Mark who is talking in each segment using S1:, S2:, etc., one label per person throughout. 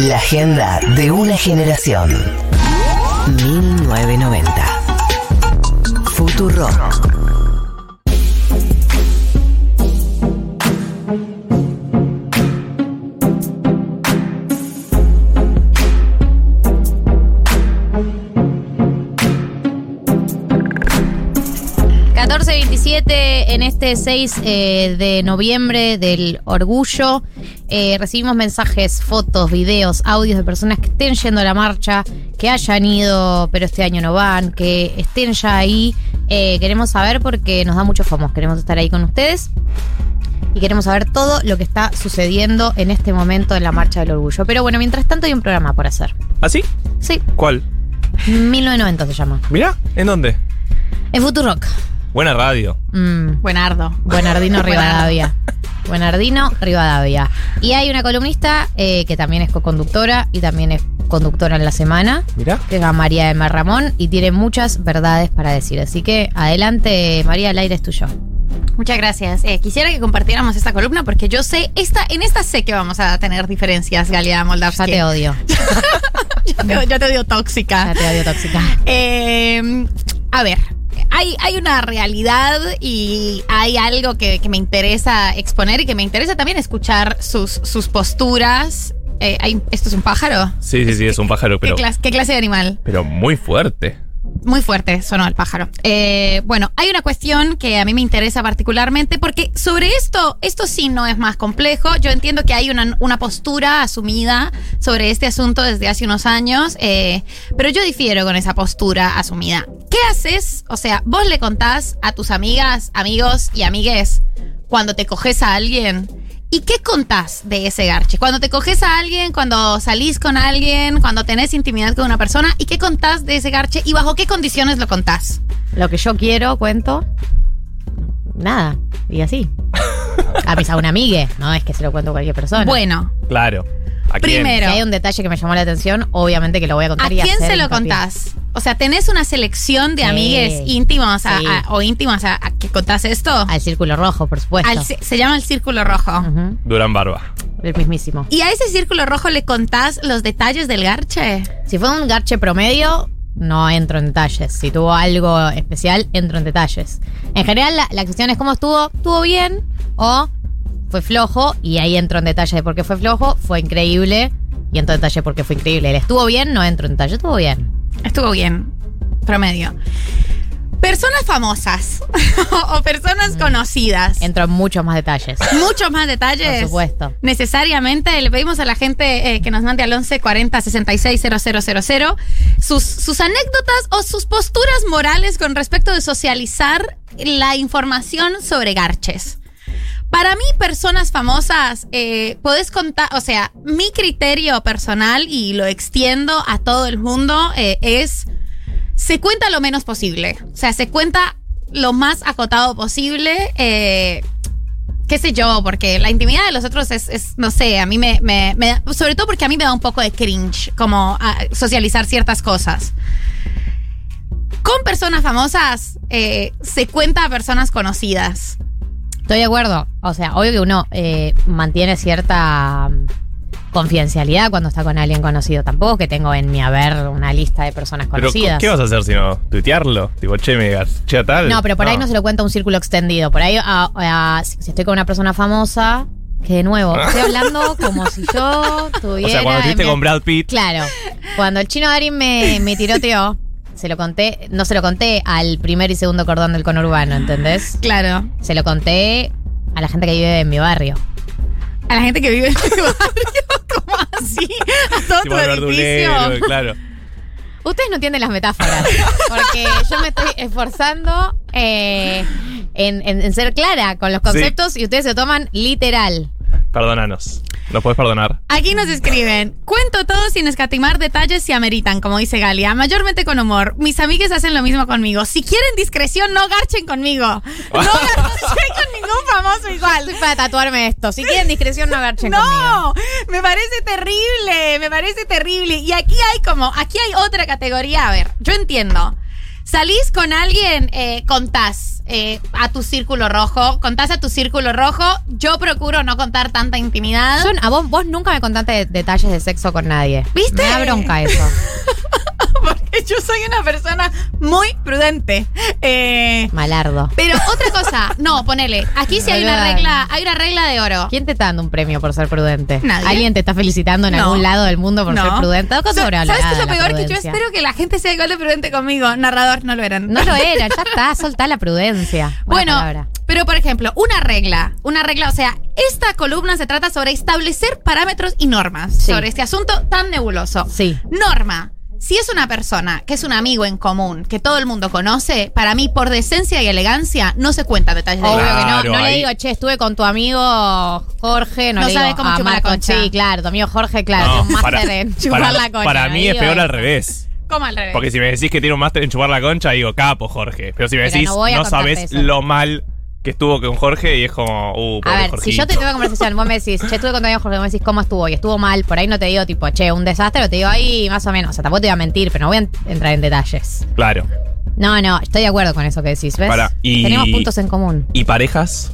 S1: La agenda de una generación. 1990. Futuro.
S2: en este 6 eh, de noviembre del orgullo. Eh, recibimos mensajes, fotos, videos, audios de personas que estén yendo a la marcha, que hayan ido, pero este año no van, que estén ya ahí. Eh, queremos saber porque nos da mucho FOMO. Queremos estar ahí con ustedes y queremos saber todo lo que está sucediendo en este momento en la marcha del orgullo. Pero bueno, mientras tanto hay un programa por hacer.
S3: ¿Ah, sí?
S2: Sí,
S3: ¿Cuál?
S2: 1990 se llama.
S3: Mirá, ¿en dónde?
S2: En Futurock.
S3: Buena radio.
S2: Mm.
S4: Buenardo.
S2: Buenardino Rivadavia. Buenardino Rivadavia. Y hay una columnista eh, que también es coconductora y también es conductora en la semana,
S3: Mirá.
S2: que es a María de Mar Ramón y tiene muchas verdades para decir. Así que adelante, María, el aire es tuyo.
S4: Muchas gracias. Eh, quisiera que compartiéramos esta columna porque yo sé, esta, en esta sé que vamos a tener diferencias, Galia
S2: Ya
S4: Moldavsky.
S2: te odio.
S4: yo, te, yo te odio
S2: Ya
S4: tóxica.
S2: te odio tóxica.
S4: Eh, a ver, hay, hay una realidad y hay algo que, que me interesa exponer y que me interesa también escuchar sus, sus posturas. Eh, hay- ¿Esto es un pájaro?
S3: Sí, sí, sí, es un pájaro,
S4: ¿Qué
S3: pero,
S4: clas- ¿Qué clase de animal?
S3: pero muy fuerte.
S4: Muy fuerte sonó el pájaro. Eh, bueno, hay una cuestión que a mí me interesa particularmente porque sobre esto, esto sí no es más complejo. Yo entiendo que hay una, una postura asumida sobre este asunto desde hace unos años, eh, pero yo difiero con esa postura asumida. ¿Qué haces? O sea, vos le contás a tus amigas, amigos y amigues cuando te coges a alguien. ¿Y qué contás de ese garche? Cuando te coges a alguien, cuando salís con alguien, cuando tenés intimidad con una persona, ¿y qué contás de ese garche? ¿Y bajo qué condiciones lo contás?
S2: Lo que yo quiero, cuento. Nada. Y así. A, mis, a un amigue, no es que se lo cuento a cualquier persona.
S4: Bueno,
S3: Claro. ¿A quién?
S4: Primero.
S2: si hay un detalle que me llamó la atención, obviamente que lo voy a contar.
S4: ¿a
S2: y
S4: quién
S2: hacer
S4: se lo
S2: hincapié.
S4: contás? O sea, ¿tenés una selección de
S2: Sí.
S4: amigues íntimos a-
S2: Sí.
S4: a- o íntimas a, a que contás esto?
S2: Al círculo rojo, por supuesto. Mm.
S4: Al ci- se llama el círculo rojo.
S2: Ujú,
S3: Durán Barba.
S2: El mismísimo.
S4: ¿Y a ese círculo rojo le contás los detalles del garche?
S2: Si fue un garche promedio, no entro en detalles. Si tuvo algo especial, entro en detalles. En general, la, la cuestión es cómo estuvo, estuvo bien o fue flojo y ahí entro en detalles de por qué fue flojo, fue increíble y entro en detalle de por qué fue increíble. El estuvo bien, no entro en detalle, estuvo bien.
S4: Estuvo bien. Promedio. Personas famosas o
S2: Mm.
S4: personas conocidas.
S2: Entro en muchos más detalles.
S4: Muchos más detalles.
S2: Por supuesto.
S4: Necesariamente le pedimos a la gente eh, que nos mande al 11 40 66 000 sus, sus anécdotas o sus posturas morales con respecto de socializar la información sobre garches. Para mí, personas famosas, eh, podés contar, o sea, mi criterio personal y lo extiendo a todo el mundo eh, es se cuenta lo menos posible. O sea, se cuenta lo más acotado posible. eh, qué sé yo, porque la intimidad de los otros es, es, no sé, a mí me, me- me da- sobre todo porque a mí me da un poco de cringe, como ah, socializar ciertas cosas. Con personas famosas eh, se cuenta a personas conocidas.
S2: Estoy de acuerdo. O sea, obvio que uno eh, mantiene cierta mm, confidencialidad cuando está con alguien conocido. Tampoco es que tengo en mi haber una lista de personas
S3: Pero,
S2: conocidas.
S3: ¿qué vas a hacer si no tuitearlo? Tipo, che, me garchea tal.
S2: No, pero por ahí no se lo cuenta un círculo extendido. Por ahí, a- a- si si estoy con una persona famosa, que de nuevo, estoy hablando como si yo tuviera.
S3: Ah. O sea, cuando estuviste
S2: en mi-
S3: con Brad Pitt.
S2: Claro. Cuando el chino Darín me, me tiroteó, se lo conté, no se lo conté al primer y segundo cordón del conurbano, ¿entendés?
S4: Claro.
S2: Se lo conté a la gente que vive en mi barrio.
S4: A la gente que vive en mi barrio, como así, a todo
S3: tipo,
S4: tu
S3: Alberto Unero,
S4: edificio.
S3: claro.
S2: Ustedes no entienden las metáforas, porque yo me estoy esforzando eh, en, en- en ser clara con los conceptos y ustedes se toman literal.
S3: Perdónanos. Nos podés perdonar.
S4: Aquí nos escriben, cuento todo sin escatimar detalles si ameritan, como dice Galia, mayormente con humor. Mis amigues hacen lo mismo conmigo. Si quieren discreción, no garchen conmigo. No garchen con ningún famoso igual.
S2: Estoy para tatuarme esto. Si quieren discreción, no agarchen conmigo.
S4: No, me parece terrible, me parece terrible. Y aquí hay como, aquí hay otra categoría. A ver, yo entiendo. Salís con alguien, eh, contás. eh, a tu círculo rojo. Contás a tu círculo rojo. Yo procuro no contar tanta intimidad.
S2: Yo- a vos, vos nunca me contaste de- detalles de sexo con nadie.
S4: ¿Viste?
S2: Me da bronca eso.
S4: porque yo soy una persona muy prudente. Eh,
S2: Malardo.
S4: pero otra cosa, no, ponele. Aquí sí hay una
S2: Boluda.
S4: regla, hay una regla de oro.
S2: ¿Quién te está dando un premio por ser prudente?
S4: Nadie.
S2: ¿Alguien te está felicitando en
S4: No.
S2: algún lado del mundo por
S4: No.
S2: ser prudente? Dos cosas
S4: Sa- ¿Sabes qué
S2: sobrevaloradas,
S4: es lo
S2: la
S4: peor? Que yo
S2: prudencia.
S4: espero que la gente sea igual de prudente conmigo. Narrador, no lo eran.
S2: No lo era, ya está, soltá la prudencia.
S4: Bueno,
S2: Buena palabra.
S4: pero por ejemplo, una regla, una regla, o sea, esta columna se trata sobre establecer parámetros y normas
S2: Sí.
S4: sobre este asunto tan nebuloso.
S2: Sí.
S4: Norma, si es una persona que es un amigo en común, que todo el mundo conoce, para mí por decencia y elegancia no se cuentan detalles. de
S2: Obvio
S4: la-
S3: Claro,
S2: que no, no le
S3: ahí-
S2: digo, che, estuve con tu amigo Jorge, no,
S4: No
S2: le
S4: sabe
S2: digo,
S4: cómo
S2: ah,
S4: chupar la
S2: Marco,
S4: concha.
S2: Sí, claro, tu amigo Jorge, claro, es un máster en chupar
S3: para,
S2: la concha.
S3: para
S2: no
S3: mí es
S2: digo
S3: peor al
S2: eso.
S3: revés.
S4: ¿Cómo al revés?
S3: Porque si me decís que tiene un máster en chupar la concha, digo, capo, Jorge. Pero si me
S2: Pero
S3: decís,
S2: no voy a
S3: no,
S2: contarte
S3: sabes
S2: eso.
S3: lo mal que estuvo con Jorge, y es como, uh,
S2: A
S3: pobre
S2: ver, si yo te
S3: Jorgito.
S2: tengo una conversación, vos me decís, che, estuve con tu amigo Jorge, vos me decís cómo estuvo y estuvo mal, por ahí no te digo tipo, che, un desastre, o te digo, ahí más o menos, o sea, tampoco te voy a mentir, pero no voy a en- entrar en detalles.
S3: Claro.
S2: No, no, estoy de acuerdo con eso que decís, ¿ves?
S3: Para, y-
S2: Tenemos puntos en común.
S3: ¿Y parejas?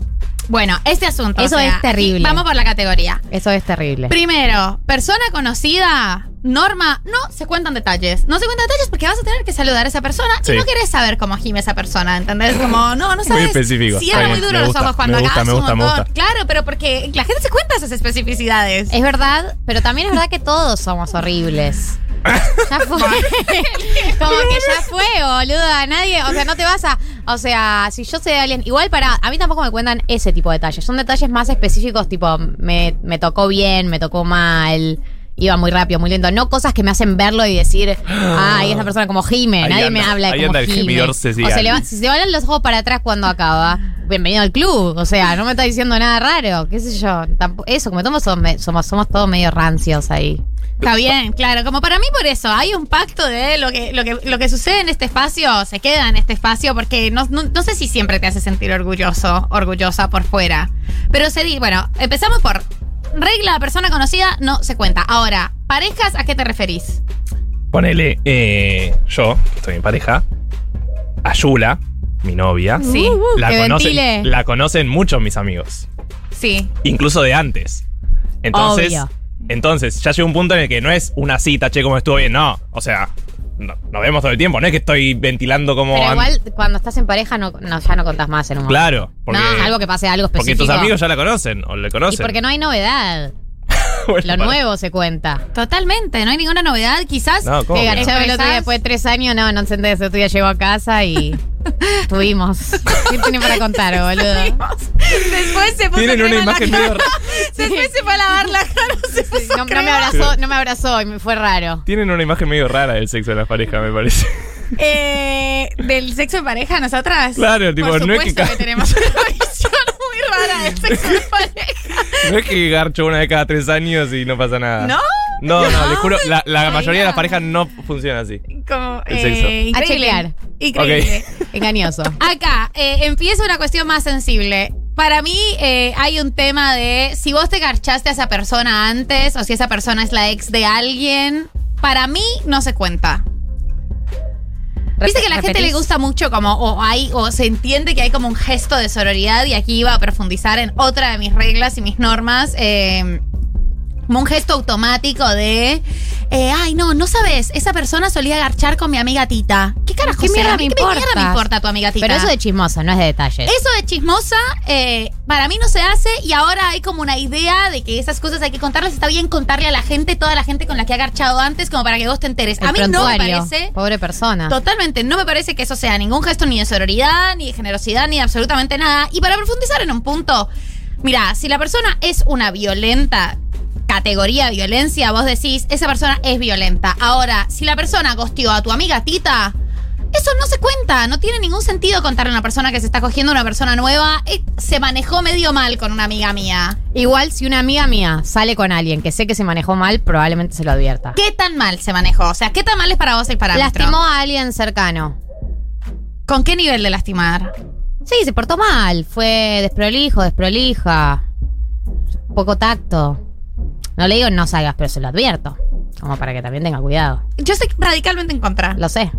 S4: Bueno, este asunto.
S2: Eso es
S4: aquí
S2: terrible.
S4: Vamos por la categoría.
S2: Eso es terrible.
S4: Primero, persona conocida, norma, no se cuentan detalles. No se cuentan detalles porque vas a tener que saludar a esa persona
S3: Sí.
S4: y no querés saber cómo gime esa persona, ¿entendés? Como, no, no sabes.
S3: específico.
S4: Cierra
S3: Está
S4: muy
S3: bien,
S4: duro
S3: me
S4: los
S3: gusta,
S4: ojos cuando
S3: me gusta,
S4: acabas
S3: me
S4: un
S3: gusta, me
S4: montón.
S3: gusta.
S4: Claro, pero porque la gente se cuenta esas especificidades.
S2: Es verdad, pero también es verdad que todos somos horribles. Ya fue. Como que ya fue, boluda. Nadie, o sea, no te vas a. O sea, si yo sé de alguien. Igual para. A mí tampoco me cuentan ese tipo de detalles. Son detalles más específicos, tipo, me, me tocó bien, me tocó mal. Iba muy rápido, muy lento. No cosas que me hacen verlo y decir, ah, ahí es una persona como Jime.
S3: Ahí
S2: Nadie me
S3: anda,
S2: habla de
S3: ahí
S2: como
S3: anda el
S2: Jime.
S3: gemidor
S2: O
S3: Cecilia.
S2: se le va- si se van los ojos para atrás cuando acaba, bienvenido al club. O sea, no me está diciendo nada raro, qué sé yo. Tampo- eso, como todos somos, me- somos, somos todos medio rancios ahí.
S4: Está bien, claro. Como para mí por eso, hay un pacto de lo que, lo que, lo que sucede en este espacio se queda en este espacio porque no, no- no sé si siempre te hace sentir orgulloso, orgullosa por fuera. Pero se di, bueno, empezamos por regla, persona conocida, no se cuenta. Ahora, parejas, ¿a qué te referís?
S3: Ponele, eh, yo, que estoy en pareja, a Yula, mi novia.
S4: Sí.
S3: la,
S2: Uh, que ventile.
S3: conocen, la conocen muchos mis amigos,
S4: Sí.
S3: incluso de antes. Entonces,
S2: Obvio.
S3: entonces ya llega un punto en el que no es una cita, che, cómo estuvo bien, no. O sea, no- nos vemos todo el tiempo, no es que estoy ventilando como
S2: Pero
S3: an-
S2: igual, cuando estás en pareja, no, no- ya no contás más en un momento.
S3: Claro, porque,
S2: no, algo que pase algo
S3: porque
S2: específico.
S3: tus amigos ya la conocen o le
S2: y
S3: conocen.
S2: porque no hay novedad.
S3: Bueno,
S2: Lo
S3: para-
S2: nuevo se cuenta.
S4: Totalmente, no hay ninguna novedad. Quizás
S3: No, ¿cómo
S2: Que
S3: que no?
S2: García el otro día
S4: ¿Expresás?
S2: después de tres años, no, no entendés. El otro día llegó a casa y tuvimos. ¿Qué tiene para contar, boludo?
S4: después se puso
S3: Tienen una
S4: crema en la
S3: imagen
S4: cara.
S3: medio r-
S4: Después se fue a lavar la cara, se puso
S2: No, no me
S4: crema.
S2: abrazó, no me abrazó y me fue raro.
S3: Tienen una imagen medio rara del sexo de las parejas, me parece.
S4: Eh, del sexo en pareja, nosotras.
S3: Claro, tipo,
S4: Por
S3: no es que
S4: supuesto
S3: ca-
S4: que tenemos una visión muy rara del sexo en pareja.
S3: No es que garcho una vez cada tres años y no pasa nada.
S4: ¿No?
S3: No, no,
S4: No.
S3: les juro, la, la
S4: Ay,
S3: mayoría de las
S4: no.
S3: parejas no funciona así.
S4: Como,
S3: El
S4: eh,
S3: sexo.
S4: increíble.
S2: A chequear.
S4: Increíble.
S2: Engañoso.
S4: Acá eh, empieza una cuestión más sensible. Para mí eh, hay un tema de si vos te garchaste a esa persona antes o si esa persona es la ex de alguien. Para mí no se cuenta. Viste que a la gente le
S2: ¿Repetís?
S4: gusta mucho como o hay o se entiende que hay como un gesto de sororidad y aquí iba a profundizar en otra de mis reglas y mis normas. eh, como un gesto automático de eh, ay no, no sabes, esa persona solía garchar con mi amiga Tita. ¿Qué carajo
S2: ¿Qué mierda
S4: será?
S2: me
S4: ¿Qué mierda me
S2: importa?
S4: importa tu amiga Tita?
S2: Pero eso de chismoso, no es de detalles.
S4: Eso de chismosa, eh, para mí no se hace y ahora hay como una idea de que esas cosas hay que contarlas. Está bien contarle a la gente, toda la gente con la que ha garchado antes, como para que vos te enteres.
S2: El
S4: a mí no me
S2: prontuario.
S4: parece.
S2: Pobre persona.
S4: Totalmente, no me parece que eso sea ningún gesto ni de sororidad, ni de generosidad, ni de absolutamente nada. Y para profundizar en un punto, mira, si la persona es una violenta categoría de violencia, vos decís, esa persona es violenta. Ahora, si la persona gosteó a tu amiga Tita, eso no se cuenta, no tiene ningún sentido contarle a una persona que se está cogiendo a una persona nueva, eh, se manejó medio mal con una amiga mía.
S2: Igual si una amiga mía sale con alguien que sé que se manejó mal, probablemente se lo advierta.
S4: ¿Qué tan mal se manejó? O sea, ¿qué tan mal es para vos el parámetro?
S2: Lastimó a alguien cercano.
S4: ¿Con qué nivel de lastimar?
S2: Sí, se portó mal. Fue desprolijo, desprolija. Poco tacto. No le digo no salgas, pero se lo advierto. Como para que también tenga cuidado.
S4: Yo estoy radicalmente en contra.
S2: Lo sé.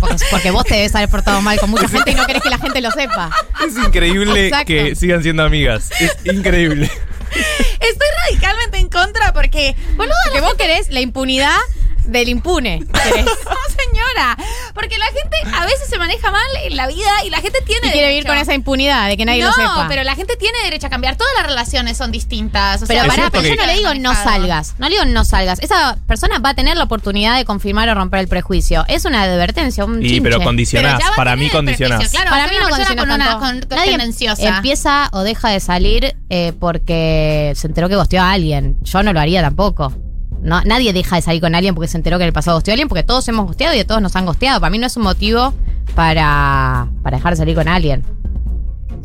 S2: Porque, porque vos te debes haber portado mal con mucha gente y no querés que la gente lo sepa.
S3: Es increíble
S2: Exacto.
S3: que sigan siendo amigas. Es increíble.
S4: Estoy radicalmente en contra porque, boludo,
S2: Porque vos querés la impunidad del impune. querés.
S4: no, señora. Porque la gente a veces se maneja mal en la vida y la gente tiene.
S2: Y quiere vivir
S4: derecho.
S2: con esa impunidad de que nadie
S4: no,
S2: lo sepa.
S4: pero la gente tiene derecho a cambiar. Todas las relaciones son distintas. O
S2: Pero
S4: sea,
S3: Es
S2: pará,
S3: cierto
S2: pero yo
S3: que-
S2: no le digo no salgas. No le digo no salgas. Esa persona va a tener la oportunidad de confirmar o romper el prejuicio. Es una advertencia, un
S3: Y,
S2: chinche.
S3: pero
S4: Pero ya
S3: condicionás.
S4: va a
S3: Para
S4: tener
S3: mí
S4: el
S3: condicionás.
S4: prejuicio, claro.
S2: Para
S4: es
S2: mí
S4: una
S2: no
S4: persona
S2: condiciona
S4: con una-
S2: tanto.
S4: con- con tendenciosa.
S2: empieza o deja de salir eh, porque se enteró que gosteó a alguien. Yo no lo haría tampoco. No, nadie deja de salir con alguien porque se enteró que en el pasado gosteó a alguien, porque todos hemos gosteado y a todos nos han gosteado. Para mí no es un motivo para, para dejar de salir con alguien.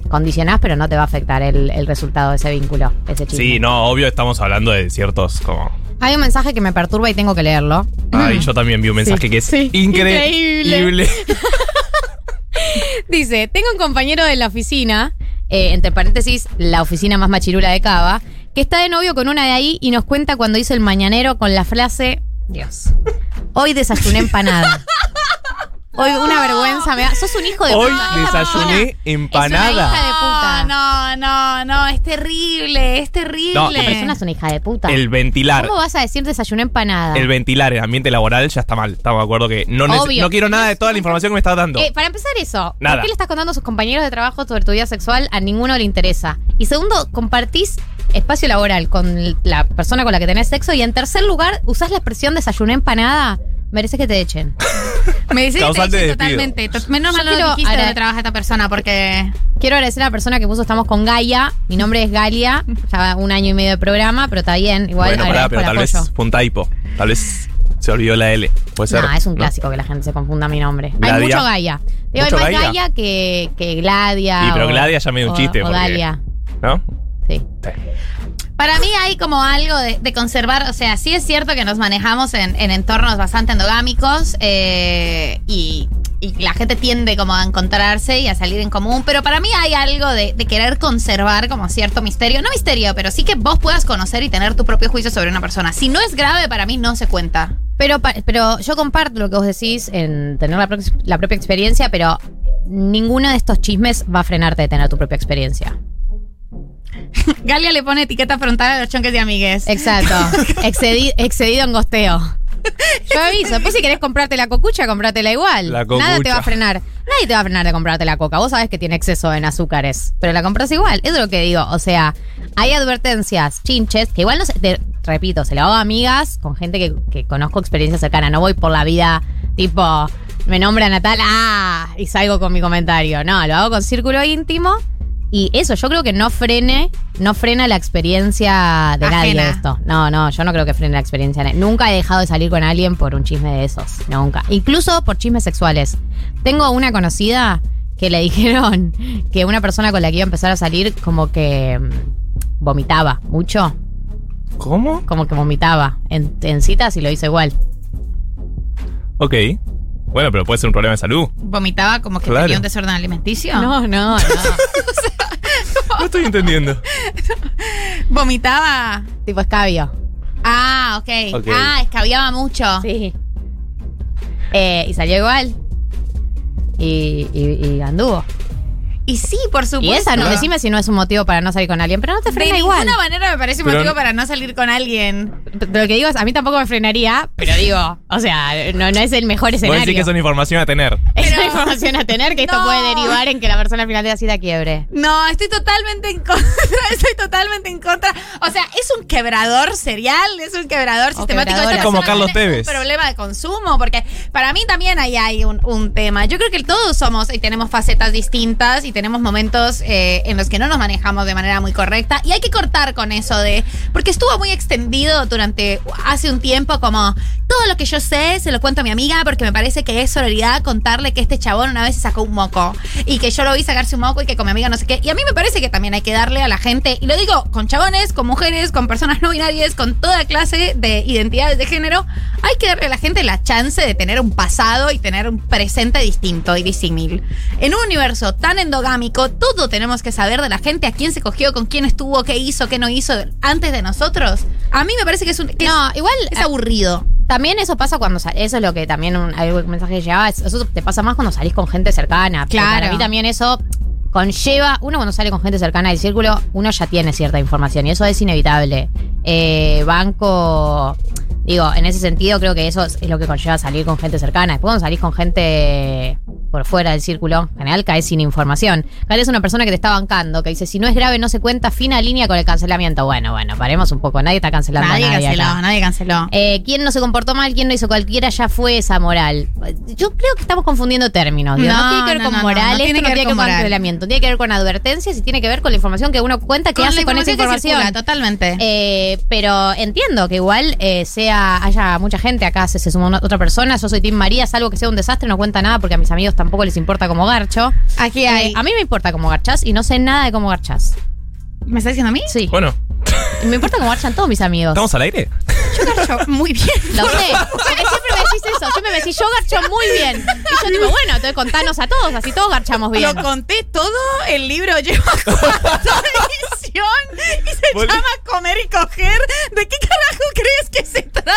S2: Condicionás, pero no te va a afectar el, el resultado de ese vínculo, ese chisme.
S3: Sí, no, obvio estamos hablando de ciertos como...
S2: Hay un mensaje que me perturba y tengo que leerlo.
S3: Ay, yo también vi un mensaje que es increíble.
S2: Ah. Increíble. Dice, tengo un compañero de la oficina, eh, entre paréntesis, la oficina más machirula de Cava, que está de novio con una de ahí y nos cuenta cuando hizo el mañanero con la frase, Dios, hoy desayuné empanada. Hoy una vergüenza me da. Sos un hijo de
S3: Hoy
S2: puta. Esta persona
S3: desayuné
S2: Es una hija
S3: empanada.
S2: de puta.
S4: No, no, no, es terrible, es terrible.
S3: No,
S2: Esta persona es una hija de puta.
S3: El ventilar.
S2: ¿Cómo vas a decir desayuné empanada?
S3: El ventilar en ambiente laboral ya está mal. Estamos de acuerdo que no, nece-
S2: Ah. Obvio.
S3: no quiero nada de toda la información que me estás dando.
S2: Eh, para empezar eso,
S3: Nada.
S2: ¿por qué le estás contando a sus compañeros de trabajo sobre tu vida sexual? A ninguno le interesa. Y segundo, compartís espacio laboral con la persona con la que tenés sexo. Y en tercer lugar, usás la expresión desayuné empanada. Mereces que te echen.
S4: Me dice que te
S3: Causante
S4: dice
S3: de despido.
S4: totalmente. to- Menos
S2: Yo
S4: mal no
S2: quiero
S4: dijiste
S2: ahora-
S4: dónde trabaja esta persona porque.
S2: Quiero agradecer a la persona que puso Estamos con Gaia. Mi nombre es Galia. Ya un año y medio de programa, pero está bien. Igual
S3: bueno, pará,
S2: agradezco
S3: pero
S2: el
S3: tal
S2: apoyo.
S3: vez fue un typo. Tal vez se olvidó la L. Puede ser.
S2: No, es un
S3: ¿no?
S2: clásico que la gente se confunda mi nombre. Hay
S3: Gladia.
S2: mucho Gaia. Digo, hay
S3: ¿Mucho
S2: más Gaia,
S3: Gaia?
S2: que, que Gladia.
S3: Sí, pero
S2: o-
S3: Gladia ya me dio un
S2: o-
S3: chiste,
S2: O
S3: porque-
S2: Galia.
S3: ¿No?
S2: Sí.
S4: Para mí hay como algo de, de conservar, o sea, sí es cierto que nos manejamos en, en entornos bastante endogámicos eh, y, y la gente tiende como a encontrarse y a salir en común, pero para mí hay algo de, de querer conservar como cierto misterio, no misterio, pero sí que vos puedas conocer y tener tu propio juicio sobre una persona. Si no es grave, para mí no se cuenta.
S2: Pero, pa- pero yo comparto lo que vos decís en tener la, prox- la propia experiencia, pero ninguno de estos chismes va a frenarte de tener tu propia experiencia.
S4: Galia le pone etiqueta frontal a los chonques de amigues.
S2: Exacto. Excedi- excedido en gosteo. Yo aviso. Después, si querés comprarte la cocucha, comprátela igual. Nada te
S3: La cocucha.
S2: va a frenar. Nadie te va a frenar de comprarte la coca. Vos sabés que tiene exceso en azúcares, pero la compras igual. Eso es lo que digo. O sea, hay advertencias, chinches, que igual no se. Te, repito, se la hago a amigas con gente que, que conozco experiencia cercana. No voy por la vida tipo, me nombra Natal, ah, y salgo con mi comentario. No, lo hago con círculo íntimo. Y eso, yo creo que no frene, no frena la experiencia de nadie
S4: Ajena.
S2: esto. No, no, yo no creo que frene la experiencia. Nunca he dejado de salir con alguien por un chisme de esos. Nunca. Incluso por chismes sexuales. Tengo una conocida que le dijeron que una persona con la que iba a empezar a salir como que mm, vomitaba mucho.
S3: ¿Cómo?
S2: Como que vomitaba en, en citas y lo hizo igual.
S3: Ok. Bueno, pero puede ser un problema de salud.
S4: Vomitaba como que
S3: Claro.
S4: tenía un desorden alimenticio.
S2: No, no, no.
S3: No estoy entendiendo.
S4: Vomitaba.
S2: tipo escabio.
S4: Ah, ok.
S3: Ok.
S4: Ah, escabiaba mucho.
S2: Sí. Eh, y salió igual. Y, y, y anduvo.
S4: Y sí, por supuesto.
S2: Y esa, no, decime si no es un motivo para no salir con alguien, pero no te
S4: De
S2: frena
S4: ninguna
S2: igual.
S4: manera me parece un
S3: Pero-
S4: motivo para no salir con alguien.
S2: Pero lo que digo es, a mí tampoco me frenaría, pero digo, o sea, no, no es el mejor
S3: Voy a
S2: escenario.
S3: decir que es una información a tener.
S2: Es una
S4: Pero-
S2: información a tener que esto
S4: No.
S2: puede derivar en que la persona al final de la cita quiebre.
S4: No, estoy totalmente en contra. Estoy totalmente en contra. O sea, es un quebrador serial, es un quebrador
S2: O
S4: sistemático.
S2: quebradora.
S4: Esta
S3: Como
S4: persona
S3: Carlos
S4: tiene
S3: Tevez.
S4: Un problema de consumo, porque para mí también ahí hay un, un tema. Yo creo que todos somos y tenemos facetas distintas y tenemos momentos eh, en los que no nos manejamos de manera muy correcta. Y hay que cortar con eso de. Porque estuvo muy extendido durante hace un tiempo, como todo lo que yo sé se lo cuento a mi amiga porque me parece que es sororidad contarle que este chabón una vez se sacó un moco y que yo lo vi sacarse un moco y que con mi amiga no sé qué. Y a mí me parece que también hay que darle a la gente, y lo digo con chabones, con mujeres, con personas no binarias, con toda clase de identidades de género, hay que darle a la gente la chance de tener un pasado y tener un presente distinto y disímil. En un universo tan endogámico, todo tenemos que saber de la gente, a quién se cogió, con quién estuvo, qué hizo, qué no hizo antes de nosotros. A mí me parece que es un. que
S2: No,
S4: es-
S2: igual
S4: es
S2: ah,
S4: aburrido.
S2: También eso pasa cuando sal- eso es lo que también un, algún mensaje que llegaba, es- eso te pasa más cuando salís con gente cercana. porque
S4: Claro.
S2: Para mí también eso conlleva, uno cuando sale con gente cercana del círculo, uno ya tiene cierta información y eso es inevitable. Eh, banco, digo, en ese sentido creo que eso es, es lo que conlleva salir con gente cercana. Después cuando salís con gente por fuera del círculo, en general caes sin información. Caes es una persona que te está bancando, que dice, si no es grave no se cuenta, fina línea con el cancelamiento. Bueno, bueno, paremos un poco, nadie está cancelando
S4: Nadie
S2: a nadie
S4: canceló,
S2: acá.
S4: nadie canceló.
S2: Eh, ¿Quién no se comportó mal? ¿Quién no hizo cualquiera? Ya fue esa moral. Yo creo que estamos confundiendo términos. digo, No,
S4: No,
S2: tiene que ver
S4: no,
S2: con
S4: no, no,
S2: moral,
S4: no
S2: esto
S4: tiene
S2: no
S4: que ver
S2: tiene que ver
S4: con
S2: con
S4: moral.
S2: cancelamiento, tiene que ver con advertencias y tiene que ver con la información que uno cuenta que
S4: Con
S2: hace
S4: la
S2: con esa
S4: que circula,
S2: información.
S4: totalmente.
S2: Eh, pero entiendo que igual eh, sea haya mucha gente acá, se, se sumó una- otra persona. Yo soy Tim María, salvo que sea un desastre, no cuenta nada porque a mis amigos tampoco les importa cómo garcho.
S4: Aquí
S2: Eh,
S4: hay.
S2: a mí me importa cómo garchas y no sé nada de cómo garchas.
S4: ¿Me está diciendo a mí?
S2: Sí,
S3: Bueno,
S2: me importa cómo garchan todos mis amigos.
S3: ¿estamos al aire?
S4: Yo garcho muy bien.
S2: Lo sé, porque siempre me decís eso. Siempre me decís, yo garcho muy bien. Y yo digo, bueno, entonces contanos a todos, así todos garchamos bien.
S4: Lo conté todo, el libro lleva cuarta edición y se
S3: Bol-
S4: llama Comer y Coger. ¿De qué carajo crees que se trata?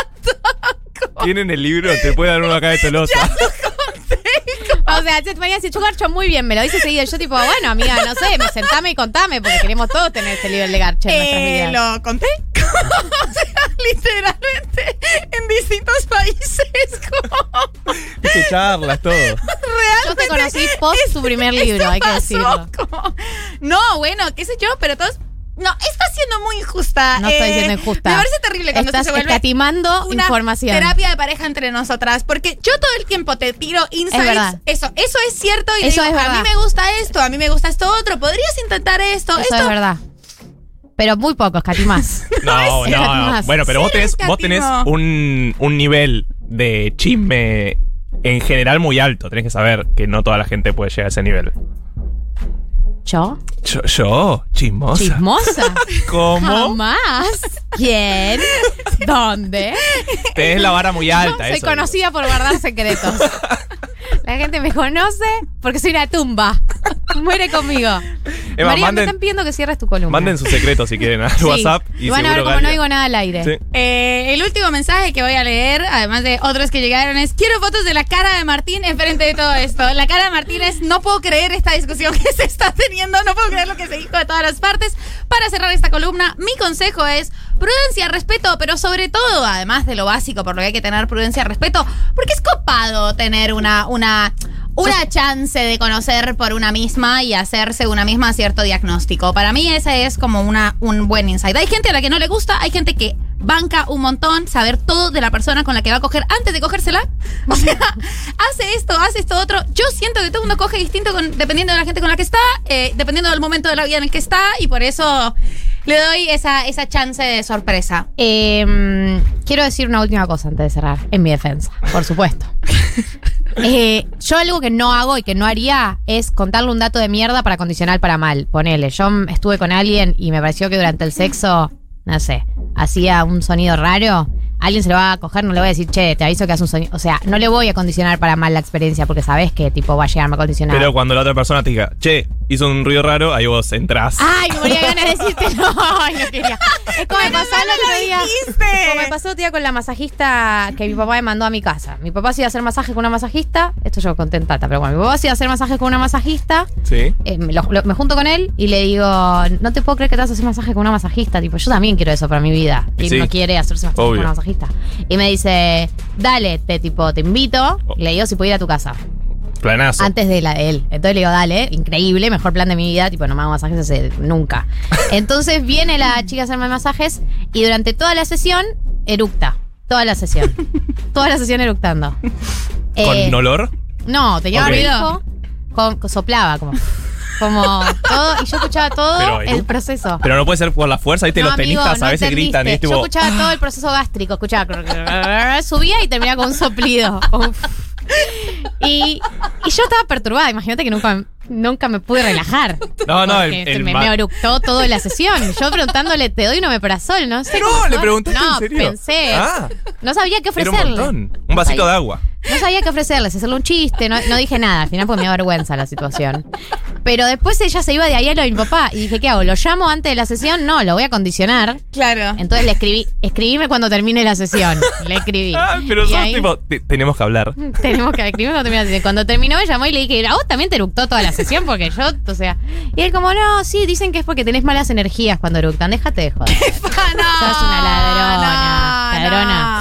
S3: Tienen el libro, te puede dar uno acá de Tolosa.
S2: O sea, si María dice, yo garcho muy bien, me lo dice seguido. Yo tipo, bueno, amiga, no sé, me sentame y contame, porque queremos todos tener ese nivel de garcha en
S4: Eh,
S2: nuestras vidas.
S4: lo conté. o sea, literalmente en distintos países. Como
S3: Viste charlas, todo.
S4: realmente.
S2: Yo te conocí post tu primer libro, hay que
S4: este pasó
S2: decirlo.
S4: como- no, bueno, qué sé yo, pero todos. No, está siendo muy injusta.
S2: No estoy siendo injusta.
S4: eh, Me parece terrible cuando
S2: Estás
S4: esto se vuelve
S2: escatimando
S4: una
S2: información.
S4: terapia de pareja entre nosotras, porque yo todo el tiempo te tiro insights.
S2: Es verdad.
S4: Eso, eso es cierto y
S2: Eso
S4: digo,
S2: es
S4: a mí
S2: verdad.
S4: me gusta esto, a mí me gusta esto otro, podrías intentar esto,
S2: Eso
S4: esto.
S2: es verdad. Pero muy pocos, catimás.
S3: No,
S2: es
S3: no,
S2: más.
S3: Bueno, pero vos
S4: Sí,
S3: tenés,
S4: rescatimo.
S3: vos tenés un, un nivel de chisme en general muy alto. Tenés que saber que no toda la gente puede llegar a ese nivel.
S2: ¿Yo?
S3: Yo, yo chismosa.
S2: ¿Chismosa?
S3: ¿Cómo?
S2: ¿Jamás? ¿Quién? ¿Dónde?
S3: Tenés la vara muy alta.
S2: Soy
S3: eso
S2: conocida por guardar secretos. La gente me conoce porque soy una tumba. Muere conmigo.
S3: Emma,
S2: María, me
S3: manden-
S2: están pidiendo que cierres tu columna.
S3: digo. Manden sus secretos si quieren al
S2: Sí.
S3: WhatsApp. Y,
S2: Y van a ver
S3: seguro
S2: como no
S3: Galia-
S2: digo nada al aire.
S3: Sí.
S4: Eh, el último mensaje que voy a leer, además de otros que llegaron, es quiero fotos de la cara de Martín enfrente de todo esto. La cara de Martín es no puedo creer esta discusión que se está teniendo, no puedo creer lo que se dijo de todas las partes. Para cerrar esta columna, mi consejo es prudencia, respeto, pero sobre todo, además de lo básico, por lo que hay que tener prudencia, respeto, porque es copado tener una, una, una chance de conocer por una misma y hacerse una misma cierto diagnóstico. Para mí ese es como una, un buen insight. Hay gente a la que no le gusta, hay gente que banca un montón saber todo de la persona con la que va a coger antes de cogérsela. O sea, hace esto, hace esto otro. Yo siento que todo el mundo coge distinto con- dependiendo de la gente con la que está, eh, dependiendo del momento de la vida en el que está y por eso le doy esa, esa chance de sorpresa.
S2: Eh, quiero decir una última cosa antes de cerrar, en mi defensa, por supuesto. Eh, yo algo que no hago y que no haría es contarle un dato de mierda para condicionar para mal. Ponele, yo m- estuve con alguien y me pareció que durante el sexo, no sé, hacía un sonido raro. Alguien se lo va a coger, no le voy a decir, che, te aviso que hace un sonido. O sea, no le voy a condicionar para mal la experiencia porque sabes que tipo va a llegarme condicionado.
S3: Pero cuando la otra persona te diga, che, hizo un ruido raro, ahí vos entrás.
S2: Ay, me moría de ganas de decirte no, ay, no quería. Es como me pasó el otro día. Como me pasó el otro día con la masajista que mi papá me mandó a mi casa. Mi papá se iba a hacer masaje con una masajista. Esto yo contentata, pero bueno, mi papá se iba a hacer masaje con una masajista.
S3: Sí.
S2: Eh, me, lo- lo- me junto con él y le digo, no te puedo creer que te vas a hacer masaje con una masajista. Tipo, yo también quiero eso para mi vida. ¿Quién
S3: Y sí.
S2: no quiere hacerse masaje con
S3: Obvio.
S2: una masajista? Y me dice, dale, te tipo, te invito.
S3: Oh.
S2: Y le digo si puedo ir a tu casa.
S3: Planazo.
S2: Antes de la de él. Entonces le digo, dale, increíble, mejor plan de mi vida, tipo, no me hago masajes hace nunca. Entonces viene la chica a hacerme masajes y durante toda la sesión eructa. Toda la sesión. toda la sesión eructando.
S3: ¿Con
S2: Eh,
S3: olor?
S2: no, tenía
S3: Ok.
S2: barbijo, con, con- soplaba como. Como todo, y yo escuchaba todo
S3: Pero eructa.
S2: el proceso.
S3: Pero no puede ser por la fuerza, ¿viste?
S2: No,
S3: Los
S2: amigo,
S3: tenistas
S2: no
S3: a veces gritan y es
S2: entendiste.
S3: tipo,
S2: Yo escuchaba todo el proceso gástrico, escuchaba. crrr, crrr, crrr, subía y terminaba con un soplido. Uf. Y, y yo estaba perturbada, imagínate que nunca, nunca me pude relajar.
S3: No, no, el-
S2: Porque
S3: el
S2: me,
S3: ma-
S2: me oructó toda la sesión. Yo preguntándole, ¿te doy un omeprazol? No sé.
S3: No,
S2: cómo
S3: le
S2: fue.
S3: preguntaste
S2: No,
S3: en serio.
S2: pensé.
S3: Ah.
S2: no sabía qué
S3: era un
S2: ofrecerle.
S3: montón. Un vasito de agua.
S2: No sabía qué ofrecerles, hacerle un chiste, no, no dije nada, al final pues me da vergüenza la situación. Pero después ella se iba de ahí a lo de mi papá. Y dije, ¿qué hago? ¿Lo llamo antes de la sesión? No, lo voy a condicionar.
S4: Claro.
S2: Entonces le escribí, escribime cuando termine la sesión. Le escribí.
S3: Ah, pero
S2: Y
S3: nosotros,
S2: ahí-
S3: tipo, te- tenemos que hablar.
S2: Tenemos que escribir cuando terminó la sesión. Cuando terminó me llamó y le dije, ¿a vos también te eructó toda la sesión? Porque yo, o sea... Y él como, no, sí, dicen que es porque tenés malas energías cuando eructan. Déjate de joder.
S4: Sos
S2: Sos una ladrona. ladrona.